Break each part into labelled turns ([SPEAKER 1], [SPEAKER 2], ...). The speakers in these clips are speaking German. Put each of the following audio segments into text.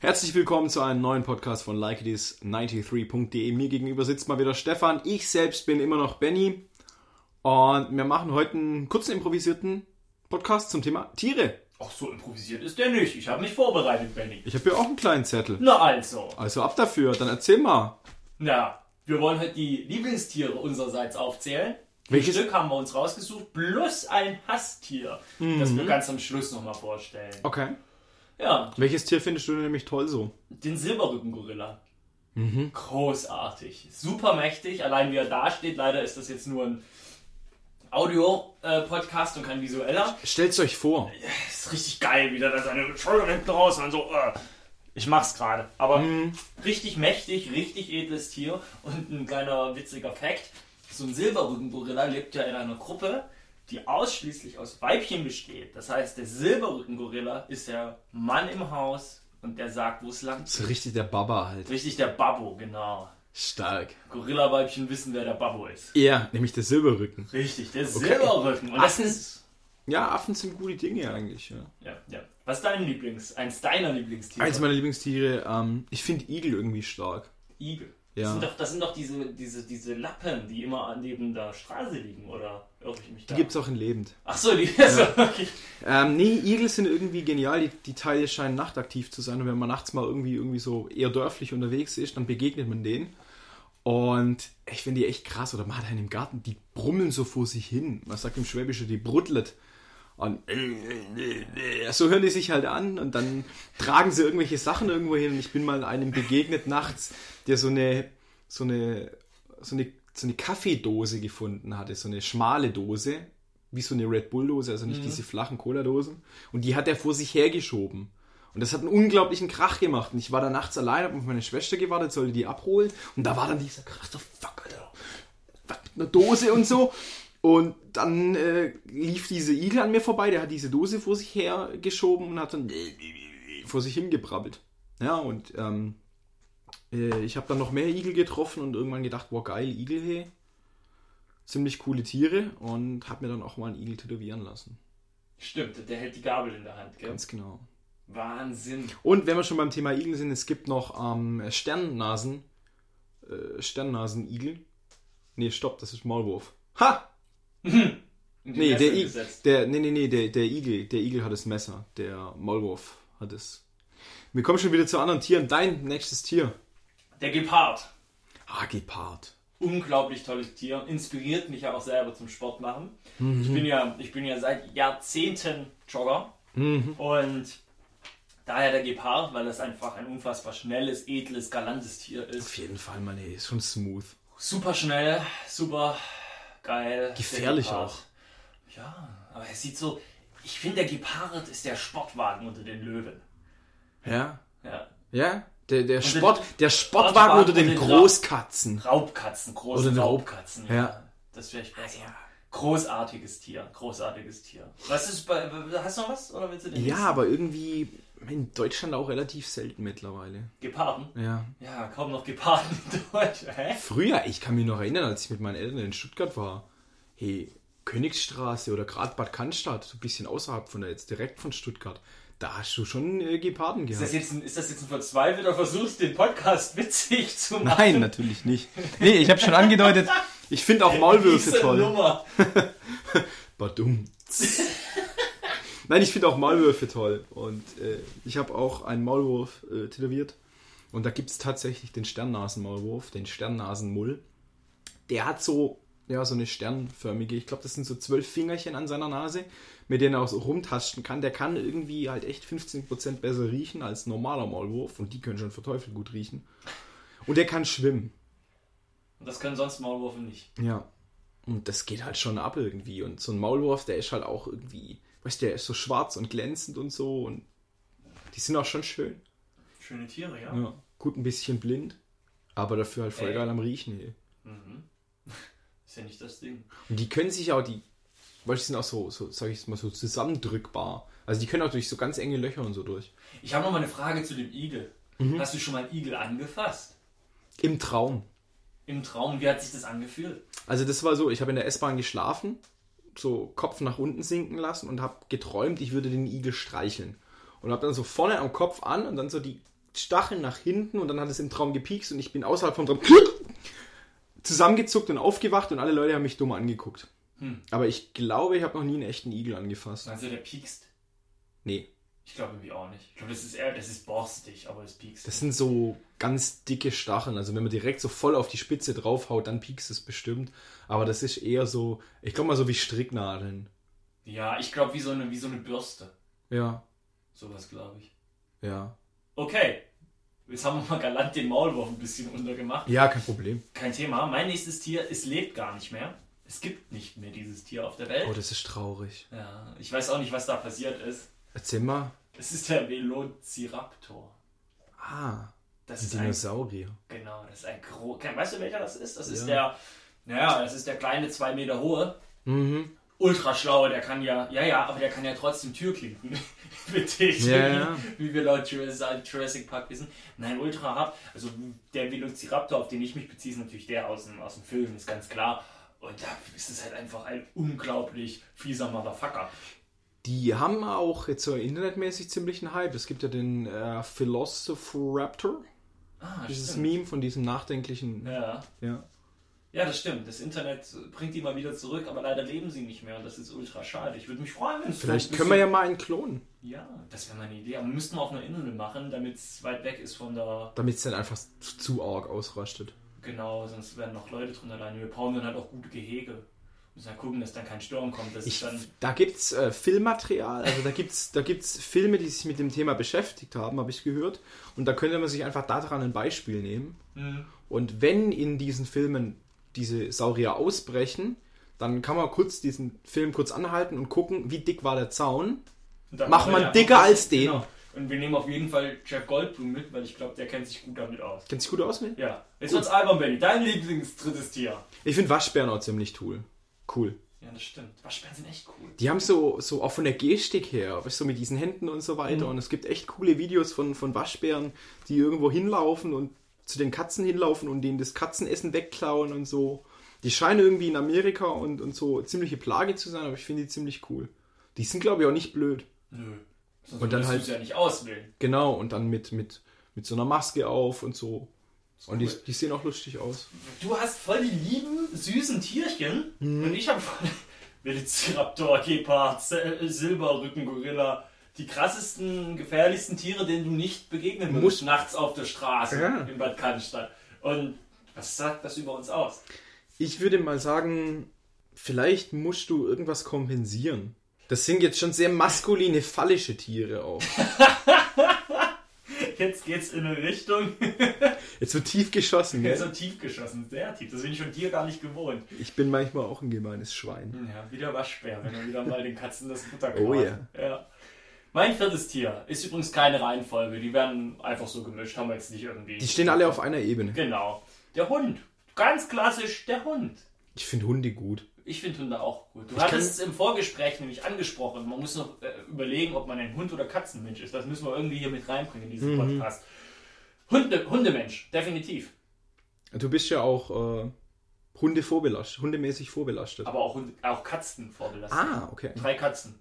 [SPEAKER 1] Herzlich willkommen zu einem neuen Podcast von likeitis93.de. Mir gegenüber sitzt mal wieder Stefan. Ich selbst bin immer noch Benny und wir machen heute einen kurzen improvisierten Podcast zum Thema Tiere.
[SPEAKER 2] Ach, so improvisiert ist der nicht. Ich habe mich vorbereitet, Benny.
[SPEAKER 1] Ich habe hier auch einen kleinen Zettel.
[SPEAKER 2] Na also.
[SPEAKER 1] Also ab dafür, dann erzähl mal.
[SPEAKER 2] Na, wir wollen heute die Lieblingstiere unsererseits aufzählen.
[SPEAKER 1] Welches-
[SPEAKER 2] Ein Stück haben wir uns rausgesucht, plus ein Hasstier, das wir ganz am Schluss nochmal vorstellen.
[SPEAKER 1] Mhm. Okay.
[SPEAKER 2] Ja,
[SPEAKER 1] Welches Tier findest du denn nämlich toll so?
[SPEAKER 2] den Silberrücken-Gorilla.
[SPEAKER 1] Mhm.
[SPEAKER 2] Großartig. Super mächtig. Allein wie er dasteht. Leider ist das jetzt nur ein Audio-Podcast und kein visueller.
[SPEAKER 1] Stellt's euch vor.
[SPEAKER 2] ist richtig geil, wie der da seine Schultern hinten raus und so. Äh. Ich mach's gerade. Aber richtig mächtig, richtig edles Tier und ein kleiner witziger Fact: So ein Silberrücken-Gorilla lebt ja in einer Gruppe, die ausschließlich aus Weibchen besteht. Das heißt, der Silberrücken-Gorilla ist der Mann im Haus und der sagt, wo es lang
[SPEAKER 1] So richtig der Baba halt.
[SPEAKER 2] Richtig, der Babbo, genau.
[SPEAKER 1] Stark.
[SPEAKER 2] Gorilla-Weibchen wissen, wer der Babbo ist.
[SPEAKER 1] Ja, nämlich der Silberrücken.
[SPEAKER 2] Richtig, der Silberrücken. Und das
[SPEAKER 1] Affen.
[SPEAKER 2] ist.
[SPEAKER 1] Ja, Affen sind gute Dinge eigentlich, ja.
[SPEAKER 2] Ja, ja. Was ist dein Lieblings? Eins deiner Lieblingstiere?
[SPEAKER 1] Eins meiner Lieblingstiere, ähm, ich finde Igel irgendwie stark.
[SPEAKER 2] Igel.
[SPEAKER 1] Ja.
[SPEAKER 2] Das sind doch, das sind doch diese, diese, diese Lappen, die immer neben der Straße liegen, oder irre ich mich da?
[SPEAKER 1] Die gibt's auch in Lebend.
[SPEAKER 2] Ach so, die also, okay.
[SPEAKER 1] Ähm, nee, Igel sind irgendwie genial. Die, die Teile scheinen nachtaktiv zu sein. Und wenn man nachts mal irgendwie, irgendwie so eher dörflich unterwegs ist, dann begegnet man denen. Und ich finde die echt krass. Oder man hat einen im Garten, die brummeln so vor sich hin. Man sagt im Schwäbischen, die bruttlet. Und äh, so hören die sich halt an und dann tragen sie irgendwelche Sachen irgendwo hin. Und ich bin mal einem begegnet nachts, der so eine, so eine, so eine, so eine Kaffeedose gefunden hatte, so eine schmale Dose, wie so eine Red Bull-Dose, also nicht diese flachen Cola-Dosen. Und die hat er vor sich hergeschoben. Und das hat einen unglaublichen Krach gemacht. Und ich war da nachts allein, hab auf meine Schwester gewartet, sollte die abholen. Und da war dann dieser Krach, so fuck, Alter was mit einer Dose und so. Und dann äh, lief diese Igel an mir vorbei, der hat diese Dose vor sich hergeschoben und hat dann vor sich hingebrabbelt. Ja, und ähm, äh, ich habe dann noch mehr Igel getroffen und irgendwann gedacht, wow, geil, Igel, hey. Ziemlich coole Tiere und habe mir dann auch mal einen Igel tätowieren lassen.
[SPEAKER 2] Stimmt, der hält die Gabel in der Hand, gell?
[SPEAKER 1] Ganz genau.
[SPEAKER 2] Wahnsinn.
[SPEAKER 1] Und wenn wir schon beim Thema Igel sind, es gibt noch ähm, Sternnasen. Äh, Sternnasenigel. Nee, stopp, das ist Maulwurf. Ha!
[SPEAKER 2] Und die
[SPEAKER 1] Nee,
[SPEAKER 2] Messer
[SPEAKER 1] der, I
[SPEAKER 2] gesetzt.
[SPEAKER 1] der, nee, nee, nee der, der Igel. Der Igel hat das Messer. Der Maulwurf hat es. Wir kommen schon wieder zu anderen Tieren. Dein nächstes Tier.
[SPEAKER 2] Der Gepard.
[SPEAKER 1] Ah, Gepard.
[SPEAKER 2] Unglaublich tolles Tier. Inspiriert mich ja auch selber zum Sport machen. Ich,
[SPEAKER 1] Mhm.
[SPEAKER 2] bin ja, ich bin ja seit Jahrzehnten Jogger.
[SPEAKER 1] Mhm.
[SPEAKER 2] Und daher der Gepard, weil das einfach ein unfassbar schnelles, edles, galantes Tier ist.
[SPEAKER 1] Auf jeden Fall, Mann, ey. Ist schon smooth.
[SPEAKER 2] Super schnell, super geil.
[SPEAKER 1] Gefährlich
[SPEAKER 2] Der Gepard.
[SPEAKER 1] auch.
[SPEAKER 2] Ja, aber er sieht so. Ich finde, der Gepard ist der Sportwagen unter den Löwen.
[SPEAKER 1] Ja?
[SPEAKER 2] Ja.
[SPEAKER 1] Ja? Der, der,
[SPEAKER 2] den-
[SPEAKER 1] Sport, der Sportwagen
[SPEAKER 2] Sportwagen
[SPEAKER 1] unter den
[SPEAKER 2] und den
[SPEAKER 1] Großkatzen.
[SPEAKER 2] Raubkatzen, große
[SPEAKER 1] Oder eine Raub-
[SPEAKER 2] Raubkatzen.
[SPEAKER 1] ja.
[SPEAKER 2] Das wäre ich besser. Großartiges Tier, großartiges Tier. Was ist bei. Hast du noch was? Oder willst du den
[SPEAKER 1] Ja,
[SPEAKER 2] nächsten?
[SPEAKER 1] aber irgendwie in Deutschland auch relativ selten mittlerweile.
[SPEAKER 2] Geparden?
[SPEAKER 1] Ja.
[SPEAKER 2] Ja, kaum noch Geparden in Deutschland. Hä?
[SPEAKER 1] Früher, ich kann mich noch erinnern, als ich mit meinen Eltern in Stuttgart war. Hey, Königsstraße oder gerade Bad Cannstatt, so ein bisschen außerhalb von der, jetzt direkt von Stuttgart. Da hast du schon äh, Geparden
[SPEAKER 2] Ist das,
[SPEAKER 1] gehabt.
[SPEAKER 2] jetzt ein, ist das jetzt ein verzweifelter Versuch, den Podcast witzig zu machen?
[SPEAKER 1] Nein, natürlich nicht. Nee, ich habe schon angedeutet, ich finde auch Maulwürfe
[SPEAKER 2] Diese
[SPEAKER 1] toll.
[SPEAKER 2] Nummer.
[SPEAKER 1] Badum. Nein, ich finde auch Maulwürfe toll. Und äh, ich habe auch einen Maulwurf äh, tätowiert. Und da gibt es tatsächlich den Sternnasenmaulwurf, den Sternnasenmull. Der hat so, ja, so eine sternförmige, ich glaube, das sind so zwölf Fingerchen an seiner Nase, mit denen er auch so rumtasten kann. Der kann irgendwie halt echt 15% besser riechen als ein normaler Maulwurf. Und die können schon verteufelt gut riechen. Und der kann schwimmen.
[SPEAKER 2] Das können sonst Maulwürfe nicht.
[SPEAKER 1] Ja. Und das geht halt schon ab irgendwie. Und so ein Maulwurf, der ist halt auch irgendwie, weißt du, der ist so schwarz und glänzend und so. Und die sind auch schon schön.
[SPEAKER 2] Schöne Tiere, ja.
[SPEAKER 1] Ja. Gut ein bisschen blind, aber dafür halt voll
[SPEAKER 2] Ey.
[SPEAKER 1] geil am Riechen. Ey.
[SPEAKER 2] Ist ja nicht das Ding.
[SPEAKER 1] Und die können sich auch, die, weißt du, sind auch so, so sag ich jetzt mal, so zusammendrückbar. Also die können auch durch so ganz enge Löcher und so durch.
[SPEAKER 2] Ich habe noch mal eine Frage zu dem Igel.
[SPEAKER 1] Mhm.
[SPEAKER 2] Hast du schon mal einen Igel angefasst?
[SPEAKER 1] Im Traum.
[SPEAKER 2] Im Traum, wie hat sich das angefühlt?
[SPEAKER 1] Also das war so, ich habe in der S-Bahn geschlafen, so Kopf nach unten sinken lassen und habe geträumt, ich würde den Igel streicheln. Und habe dann so vorne am Kopf an und dann so die Stacheln nach hinten und dann hat es im Traum gepiekst und ich bin außerhalb vom Traum zusammengezuckt und aufgewacht und alle Leute haben mich dumm angeguckt.
[SPEAKER 2] Hm.
[SPEAKER 1] Aber ich glaube, ich habe noch nie einen echten Igel angefasst.
[SPEAKER 2] Also der piekst.
[SPEAKER 1] Nee.
[SPEAKER 2] Ich glaube irgendwie auch nicht. Ich glaube, das ist eher, das ist borstig, aber das piekst.
[SPEAKER 1] Das sind so ganz dicke Stacheln. Also wenn man direkt so voll auf die Spitze draufhaut, dann piekst es bestimmt. Aber das ist eher so, ich glaube mal so wie Stricknadeln.
[SPEAKER 2] ja, ich glaube, wie, so eine- wie so eine Bürste.
[SPEAKER 1] Ja,
[SPEAKER 2] Sowas, glaube ich.
[SPEAKER 1] ja.
[SPEAKER 2] Okay. Jetzt haben wir mal galant den Maulwurf ein bisschen untergemacht.
[SPEAKER 1] Ja, kein Problem.
[SPEAKER 2] Kein Thema. Mein nächstes Tier, es lebt gar nicht mehr. Es gibt nicht mehr dieses Tier auf der Welt.
[SPEAKER 1] Oh, das ist traurig.
[SPEAKER 2] Ja, ich weiß auch nicht, was da passiert ist.
[SPEAKER 1] Erzähl mal.
[SPEAKER 2] Es ist der Velociraptor.
[SPEAKER 1] Ah,
[SPEAKER 2] Das
[SPEAKER 1] ein
[SPEAKER 2] ist ein,
[SPEAKER 1] Dinosaurier.
[SPEAKER 2] genau, das ist ein gro Kein- Weißt du, welcher das ist? Das ist
[SPEAKER 1] Ja.
[SPEAKER 2] der, naja, das ist der kleine zwei Meter hohe,
[SPEAKER 1] Mhm.
[SPEAKER 2] ultraschlaue, der kann ja, ja, ja, aber der kann ja trotzdem Türklinken betätigen,
[SPEAKER 1] Ja, ja.
[SPEAKER 2] wie wir laut Jurassic Jurassic Park wissen. Nein, ultra hab, also der Velociraptor, auf den ich mich beziehe, ist natürlich der aus dem, aus dem Film, ist ganz klar. Und da ist es halt einfach ein unglaublich fieser Motherfucker.
[SPEAKER 1] Die haben auch jetzt so internetmäßig ziemlich einen Hype. Es gibt ja den äh, Velociraptor.
[SPEAKER 2] Ah,
[SPEAKER 1] Dieses
[SPEAKER 2] stimmt.
[SPEAKER 1] Meme von diesem nachdenklichen.
[SPEAKER 2] Ja.
[SPEAKER 1] Ja.
[SPEAKER 2] Ja, das stimmt. Das Internet bringt die mal wieder zurück, aber leider leben sie nicht mehr und das ist ultra schade. Ich würde mich freuen, wenn es so
[SPEAKER 1] Vielleicht
[SPEAKER 2] ein
[SPEAKER 1] können wir ja mal einen klonen.
[SPEAKER 2] bisschen- Ja, das wäre meine Idee. Aber müssten wir auf einer Insel machen, damit es weit weg ist von der.
[SPEAKER 1] Damit es dann einfach zu, zu arg ausrastet.
[SPEAKER 2] Genau, sonst werden noch Leute drunter leiden. Wir brauchen dann halt auch gute Gehege. Müssen halt gucken, dass dann kein Sturm kommt. Das
[SPEAKER 1] Ich,
[SPEAKER 2] ist dann.
[SPEAKER 1] da gibt es äh, Filmmaterial, also da gibt es da gibt's Filme, die sich mit dem Thema beschäftigt haben, habe ich gehört. Und da könnte man sich einfach daran ein Beispiel nehmen.
[SPEAKER 2] Hm,
[SPEAKER 1] Und wenn in diesen Filmen diese Saurier ausbrechen, dann kann man kurz diesen Film kurz anhalten und gucken, wie dick war der Zaun.
[SPEAKER 2] und dann
[SPEAKER 1] Macht
[SPEAKER 2] machen wir
[SPEAKER 1] man
[SPEAKER 2] ja-
[SPEAKER 1] dicker als den.
[SPEAKER 2] Genau. Und wir nehmen auf jeden Fall Jeff Goldblum mit, weil ich glaube, der kennt sich gut damit aus.
[SPEAKER 1] Kannst du gut auswählen?
[SPEAKER 2] Ja. Jetzt wird's albern, Benny. Dein Lieblingsdrittes Tier.
[SPEAKER 1] Ich finde Waschbären auch ziemlich cool. Cool.
[SPEAKER 2] Ja, das stimmt. Waschbären sind echt cool.
[SPEAKER 1] Die haben so, so auch von der Gestik her, weißt du, so mit diesen Händen und so weiter. Und es gibt echt coole Videos von, von Waschbären, die irgendwo hinlaufen und zu den Katzen hinlaufen und denen das Katzenessen wegklauen und so. Die scheinen irgendwie in Amerika und, und so ziemliche Plage zu sein, aber ich finde die ziemlich cool. Die sind, glaube ich, auch nicht blöd.
[SPEAKER 2] Nö. Sonst
[SPEAKER 1] Und dann
[SPEAKER 2] würdest
[SPEAKER 1] halt-
[SPEAKER 2] du's ja nicht auswählen.
[SPEAKER 1] Genau, und dann mit, mit, mit so einer Maske auf und so. Und
[SPEAKER 2] cool.
[SPEAKER 1] die, die sehen auch lustig aus.
[SPEAKER 2] Du hast voll die lieben, süßen Tierchen
[SPEAKER 1] Mhm.
[SPEAKER 2] und ich habe voll Velociraptor, Gepard, Sil- äh, Silberrücken, Gorilla. Die krassesten, gefährlichsten Tiere, denen du nicht begegnen musst,
[SPEAKER 1] Musst-
[SPEAKER 2] nachts auf der Straße
[SPEAKER 1] Ja.
[SPEAKER 2] in Bad Cannstatt. Und was sagt das über uns aus?
[SPEAKER 1] Ich würde mal sagen, vielleicht musst du irgendwas kompensieren. Das sind jetzt schon sehr maskuline, phallische Tiere auch.
[SPEAKER 2] Jetzt geht's in eine Richtung,
[SPEAKER 1] Jetzt wird tief geschossen.
[SPEAKER 2] der
[SPEAKER 1] gell?
[SPEAKER 2] ist so tief geschossen, sehr tief. Das bin ich von dir gar nicht gewohnt.
[SPEAKER 1] Ich bin manchmal auch ein gemeines Schwein.
[SPEAKER 2] Ja, wieder Waschbär, wenn er wieder mal den Katzen das Futter klaut.
[SPEAKER 1] Oh ja.
[SPEAKER 2] ja. Mein viertes Tier ist übrigens keine Reihenfolge, die werden einfach so gemischt, haben wir jetzt nicht irgendwie.
[SPEAKER 1] Die stehen alle auf einer Ebene.
[SPEAKER 2] Genau. Der Hund. Ganz klassisch der Hund.
[SPEAKER 1] Ich finde Hunde gut.
[SPEAKER 2] Ich finde Hunde auch gut. Du
[SPEAKER 1] Ich
[SPEAKER 2] hattest es im Vorgespräch nämlich angesprochen. Man muss noch äh, überlegen, ob man ein Hund- oder Katzenmensch ist. Das müssen wir irgendwie hier mit reinbringen in diesen
[SPEAKER 1] Mhm.
[SPEAKER 2] Podcast. Hunde, Hundemensch, definitiv.
[SPEAKER 1] Du bist ja auch äh, Hunde vorbelastet, hundemäßig vorbelastet.
[SPEAKER 2] Aber auch, Hunde, auch Katzen vorbelastet.
[SPEAKER 1] Ah, okay.
[SPEAKER 2] Drei Katzen.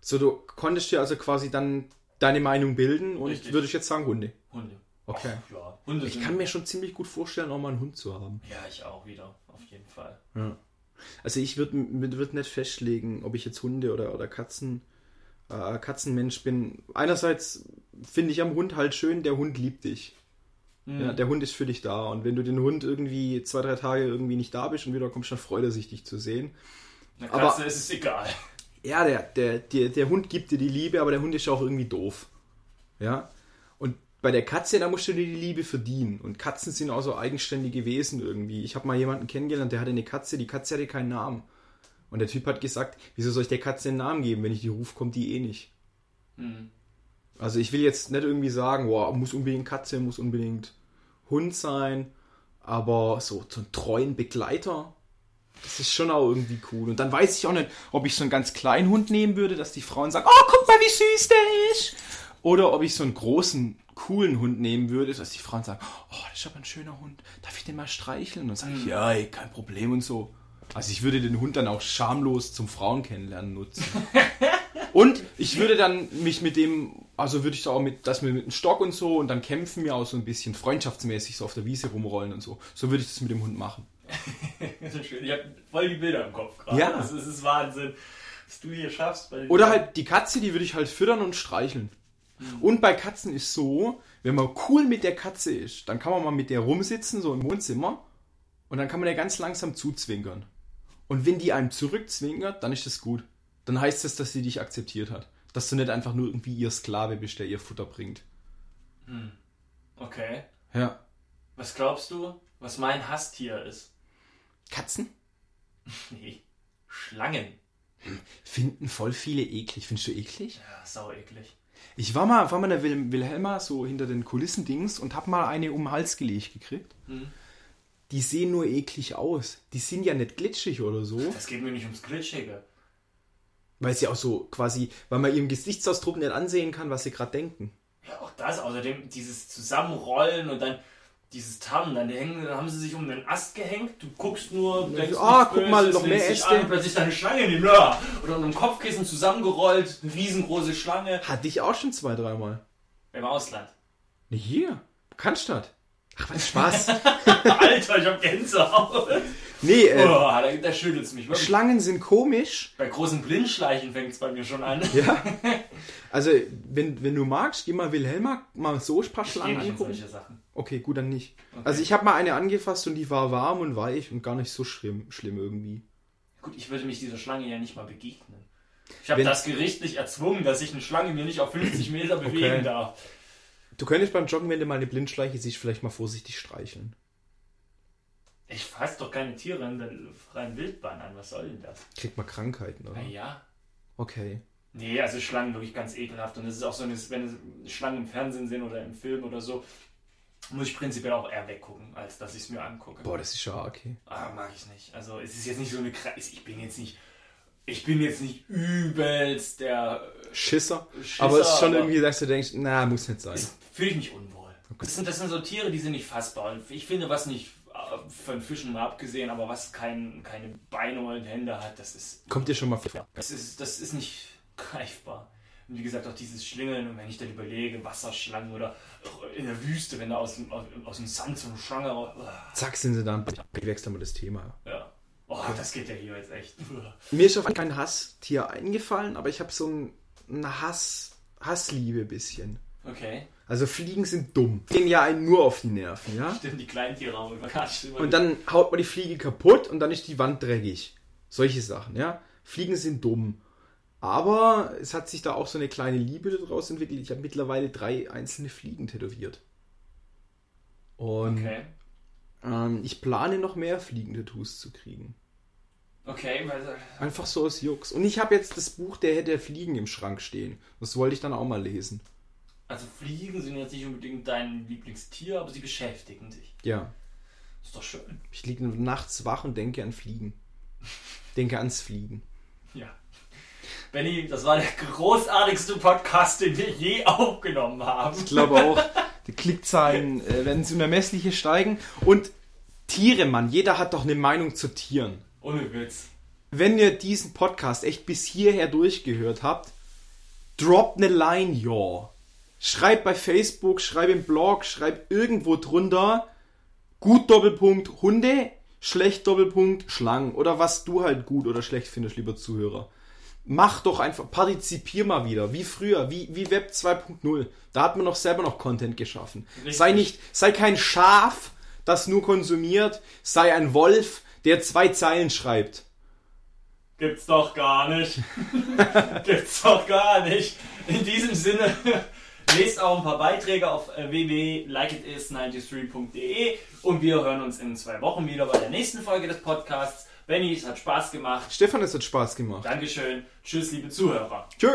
[SPEAKER 1] So, du konntest dir also quasi dann deine Meinung bilden und
[SPEAKER 2] Richtig.
[SPEAKER 1] würde ich jetzt sagen Hunde.
[SPEAKER 2] Hunde.
[SPEAKER 1] Okay.
[SPEAKER 2] Ach, ja, Hunde
[SPEAKER 1] Ich
[SPEAKER 2] sind-
[SPEAKER 1] kann mir schon ziemlich gut vorstellen, auch mal einen Hund zu haben.
[SPEAKER 2] Ja, ich auch wieder. Auf jeden Fall.
[SPEAKER 1] Also ich würde würd nicht festlegen, ob ich jetzt Hunde oder, oder Katzen, äh, Katzenmensch bin. Einerseits finde ich am Hund halt schön, der Hund liebt dich. Ja, der Hund ist für dich da. Und wenn du den Hund irgendwie zwei, drei Tage irgendwie nicht da bist und wieder kommst, dann freut er sich, dich zu sehen.
[SPEAKER 2] Eine
[SPEAKER 1] aber-
[SPEAKER 2] Katze ist es egal.
[SPEAKER 1] Ja, der, der, der, der Hund gibt dir die Liebe, aber der Hund ist ja auch irgendwie doof. Ja. Und bei der Katze, da musst du dir die Liebe verdienen. Und Katzen sind auch so eigenständige Wesen irgendwie. Ich habe mal jemanden kennengelernt, der hatte eine Katze, die Katze hatte keinen Namen. Und der Typ hat gesagt, wieso soll ich der Katze einen Namen geben? Wenn ich die rufe, kommt die eh nicht.
[SPEAKER 2] Hm.
[SPEAKER 1] Also ich will jetzt nicht irgendwie sagen, wow, muss unbedingt Katze, muss unbedingt Hund sein, aber so so einen treuen Begleiter, das ist schon auch irgendwie cool. Und dann weiß ich auch nicht, ob ich so einen ganz kleinen Hund nehmen würde, dass die Frauen sagen, oh, guck mal, wie süß der ist. Oder ob ich so einen großen, coolen Hund nehmen würde, dass die Frauen sagen, oh, das ist aber ein schöner Hund, darf ich den mal streicheln? Und dann sage ich, ja, ey, kein Problem und so. Also ich würde den Hund dann auch schamlos zum Frauen kennenlernen nutzen. Und ich würde dann mich mit dem Also würde ich da auch mit, dass wir mit einem Stock und so und dann kämpfen wir auch so ein bisschen freundschaftsmäßig so auf der Wiese rumrollen und so. So würde ich das mit dem Hund machen.
[SPEAKER 2] Das ist schön. Ich habe voll die Bilder im Kopf gerade.
[SPEAKER 1] Ja.
[SPEAKER 2] Das ist, das ist Wahnsinn, was du hier schaffst. Bei den-
[SPEAKER 1] Oder halt die Katze, die würde ich halt füttern und streicheln. Und bei Katzen ist so, wenn man cool mit der Katze ist, dann kann man mal mit der rumsitzen, so im Wohnzimmer, und dann kann man der ganz langsam zuzwinkern. Und wenn die einem zurückzwinkert, dann ist das gut. Dann heißt das, dass sie dich akzeptiert hat. Dass du nicht einfach nur irgendwie ihr Sklave bist, der ihr Futter bringt.
[SPEAKER 2] Okay.
[SPEAKER 1] Ja.
[SPEAKER 2] Was glaubst du, was mein Hasstier ist?
[SPEAKER 1] Katzen
[SPEAKER 2] Nee. Schlangen.
[SPEAKER 1] finden voll viele eklig. Findest du eklig?
[SPEAKER 2] Ja, sau eklig.
[SPEAKER 1] Ich war mal, war mal in der Wil Wilhelma so hinter den Kulissendings und hab mal eine um den Hals gelegt gekriegt.
[SPEAKER 2] Mhm.
[SPEAKER 1] Die sehen nur eklig aus. Die sind ja nicht glitschig oder so,
[SPEAKER 2] Das geht mir nicht ums Glitschige.
[SPEAKER 1] weil sie auch so quasi, weil man ihrem Gesichtsausdruck nicht ansehen kann, was sie gerade denken.
[SPEAKER 2] Ja, auch das. Außerdem dieses Zusammenrollen und dann dieses Tarnen. Dann, die hängen, dann haben sie sich um den Ast gehängt. Du guckst nur, denkst
[SPEAKER 1] ah,
[SPEAKER 2] nichts
[SPEAKER 1] guck mal, noch
[SPEAKER 2] lehnst
[SPEAKER 1] mehr
[SPEAKER 2] dich
[SPEAKER 1] Äste.
[SPEAKER 2] An, und plötzlich ist da eine Schlange in dem Loch. Oder um einem Kopfkissen zusammengerollt. Eine riesengroße Schlange.
[SPEAKER 1] Hatte ich auch schon zwei, dreimal.
[SPEAKER 2] Im Ausland.
[SPEAKER 1] Nee, Hier, Cannstatt. Ach, was Spaß.
[SPEAKER 2] Alter, ich hab Gänsehaut.
[SPEAKER 1] nee, äh,
[SPEAKER 2] Boah, da, da schüttelt's mich. wirklich.
[SPEAKER 1] Schlangen sind komisch.
[SPEAKER 2] Bei großen Blindschleichen fängt's bei mir schon an.
[SPEAKER 1] Ja. Also, wenn, wenn du magst, geh mal Wilhelma mal so ein paar
[SPEAKER 2] Geh
[SPEAKER 1] Schlangen
[SPEAKER 2] nicht in
[SPEAKER 1] angucken.
[SPEAKER 2] solche Sachen.
[SPEAKER 1] Okay, gut, dann nicht. Also, ich habe mal eine angefasst und die war warm und weich und gar nicht so schlimm, schlimm irgendwie.
[SPEAKER 2] Gut, ich würde mich dieser Schlange ja nicht mal begegnen. Ich habe
[SPEAKER 1] Wenn-
[SPEAKER 2] das gerichtlich erzwungen, dass ich eine Schlange mir nicht auf 50 Meter bewegen
[SPEAKER 1] Okay.
[SPEAKER 2] darf.
[SPEAKER 1] Du könntest beim Joggen, wenn du mal eine Blindschleiche siehst, vielleicht mal vorsichtig streicheln.
[SPEAKER 2] Ich fasse doch keine Tiere in der freien Wildbahn an. Was soll denn das?
[SPEAKER 1] Kriegt man Krankheiten, oder?
[SPEAKER 2] Naja.
[SPEAKER 1] Okay.
[SPEAKER 2] Nee, also Schlangen wirklich ganz ekelhaft. Und es ist auch so, eine, wenn es Schlangen im Fernsehen sind oder im Film oder so, muss ich prinzipiell auch eher weggucken, als dass ich es mir angucke.
[SPEAKER 1] Boah, das ist ja okay.
[SPEAKER 2] Ah, mag ich nicht. Also es ist jetzt nicht so eine Kra- Ich bin jetzt nicht. Ich bin jetzt nicht übelst der. äh,
[SPEAKER 1] Schisser.
[SPEAKER 2] Schisser,
[SPEAKER 1] aber es ist schon
[SPEAKER 2] aber-
[SPEAKER 1] irgendwie, dass du denkst, na, muss nicht sein.
[SPEAKER 2] Fühle ich mich unwohl. Das, sind, das sind so Tiere, die sind nicht fassbar. Und ich finde, was nicht äh, von Fischen mal abgesehen, aber was kein, keine Beine und Hände hat, das ist,
[SPEAKER 1] Kommt dir schon mal vor.
[SPEAKER 2] das ist. Das ist nicht greifbar. Und wie gesagt, auch dieses Schlingeln, und wenn ich dann überlege, Wasserschlangen oder auch in der Wüste, wenn da aus, dem- aus, aus dem Sand so eine Schlange raus.
[SPEAKER 1] Zack, sind sie dann. Wechseln wir das Thema.
[SPEAKER 2] Ja. Oh, das geht ja hier jetzt echt.
[SPEAKER 1] Mir ist auf kein Hasstier eingefallen, aber ich habe so ein, eine Hass, Hassliebe bisschen.
[SPEAKER 2] Okay.
[SPEAKER 1] Also Fliegen sind dumm. Gehen ja einen nur auf die Nerven, ja?
[SPEAKER 2] Stimmt, die kleinen Tiere haben überrascht.
[SPEAKER 1] Und dann haut man die Fliege kaputt und dann ist die Wand dreckig. Solche Sachen, ja? Fliegen sind dumm. Aber es hat sich da auch so eine kleine Liebe daraus entwickelt. Ich habe mittlerweile drei einzelne Fliegen tätowiert. Und
[SPEAKER 2] Okay.
[SPEAKER 1] ähm, ich plane noch mehr Fliegen-Tattoos zu kriegen.
[SPEAKER 2] Okay, weil
[SPEAKER 1] Einfach so aus Jux. Und ich habe jetzt das Buch Der Herr der Fliegen im Schrank stehen. Das wollte ich dann auch mal lesen.
[SPEAKER 2] also Fliegen sind jetzt nicht unbedingt dein Lieblingstier, aber sie beschäftigen dich.
[SPEAKER 1] Ja.
[SPEAKER 2] Ist doch schön.
[SPEAKER 1] Ich liege nachts wach und denke an Fliegen. Denke ans Fliegen.
[SPEAKER 2] Ja. Benny, das war der großartigste Podcast, den wir je aufgenommen haben.
[SPEAKER 1] Ich glaube auch, die Klickzahlen äh, werden ins Unermessliche steigen. Und Tiere, Mann, jeder hat doch eine Meinung zu Tieren.
[SPEAKER 2] Ohne Witz.
[SPEAKER 1] Wenn ihr diesen Podcast echt bis hierher durchgehört habt, drop ne Line, y'all. Schreibt bei Facebook, schreibt im Blog, schreibt irgendwo drunter gut Doppelpunkt Hunde, schlecht Doppelpunkt Schlangen oder was du halt gut oder schlecht findest, lieber Zuhörer. Mach doch einfach, partizipier mal wieder, wie früher, wie, wie Web 2.0. Da hat man noch selber noch Content geschaffen.
[SPEAKER 2] Richtig.
[SPEAKER 1] Sei nicht, sei kein Schaf, das nur konsumiert, sei ein Wolf, der zwei Zeilen schreibt.
[SPEAKER 2] Gibt's doch gar nicht. Gibt's doch gar nicht. In diesem Sinne, lest auch ein paar Beiträge auf äh, www.likeitis93.de und wir hören uns in zwei Wochen wieder bei der nächsten Folge des Podcasts. Benny, es hat Spaß gemacht.
[SPEAKER 1] Stefan, es hat Spaß gemacht.
[SPEAKER 2] Dankeschön. Tschüss, liebe Zuhörer.
[SPEAKER 1] Tschö.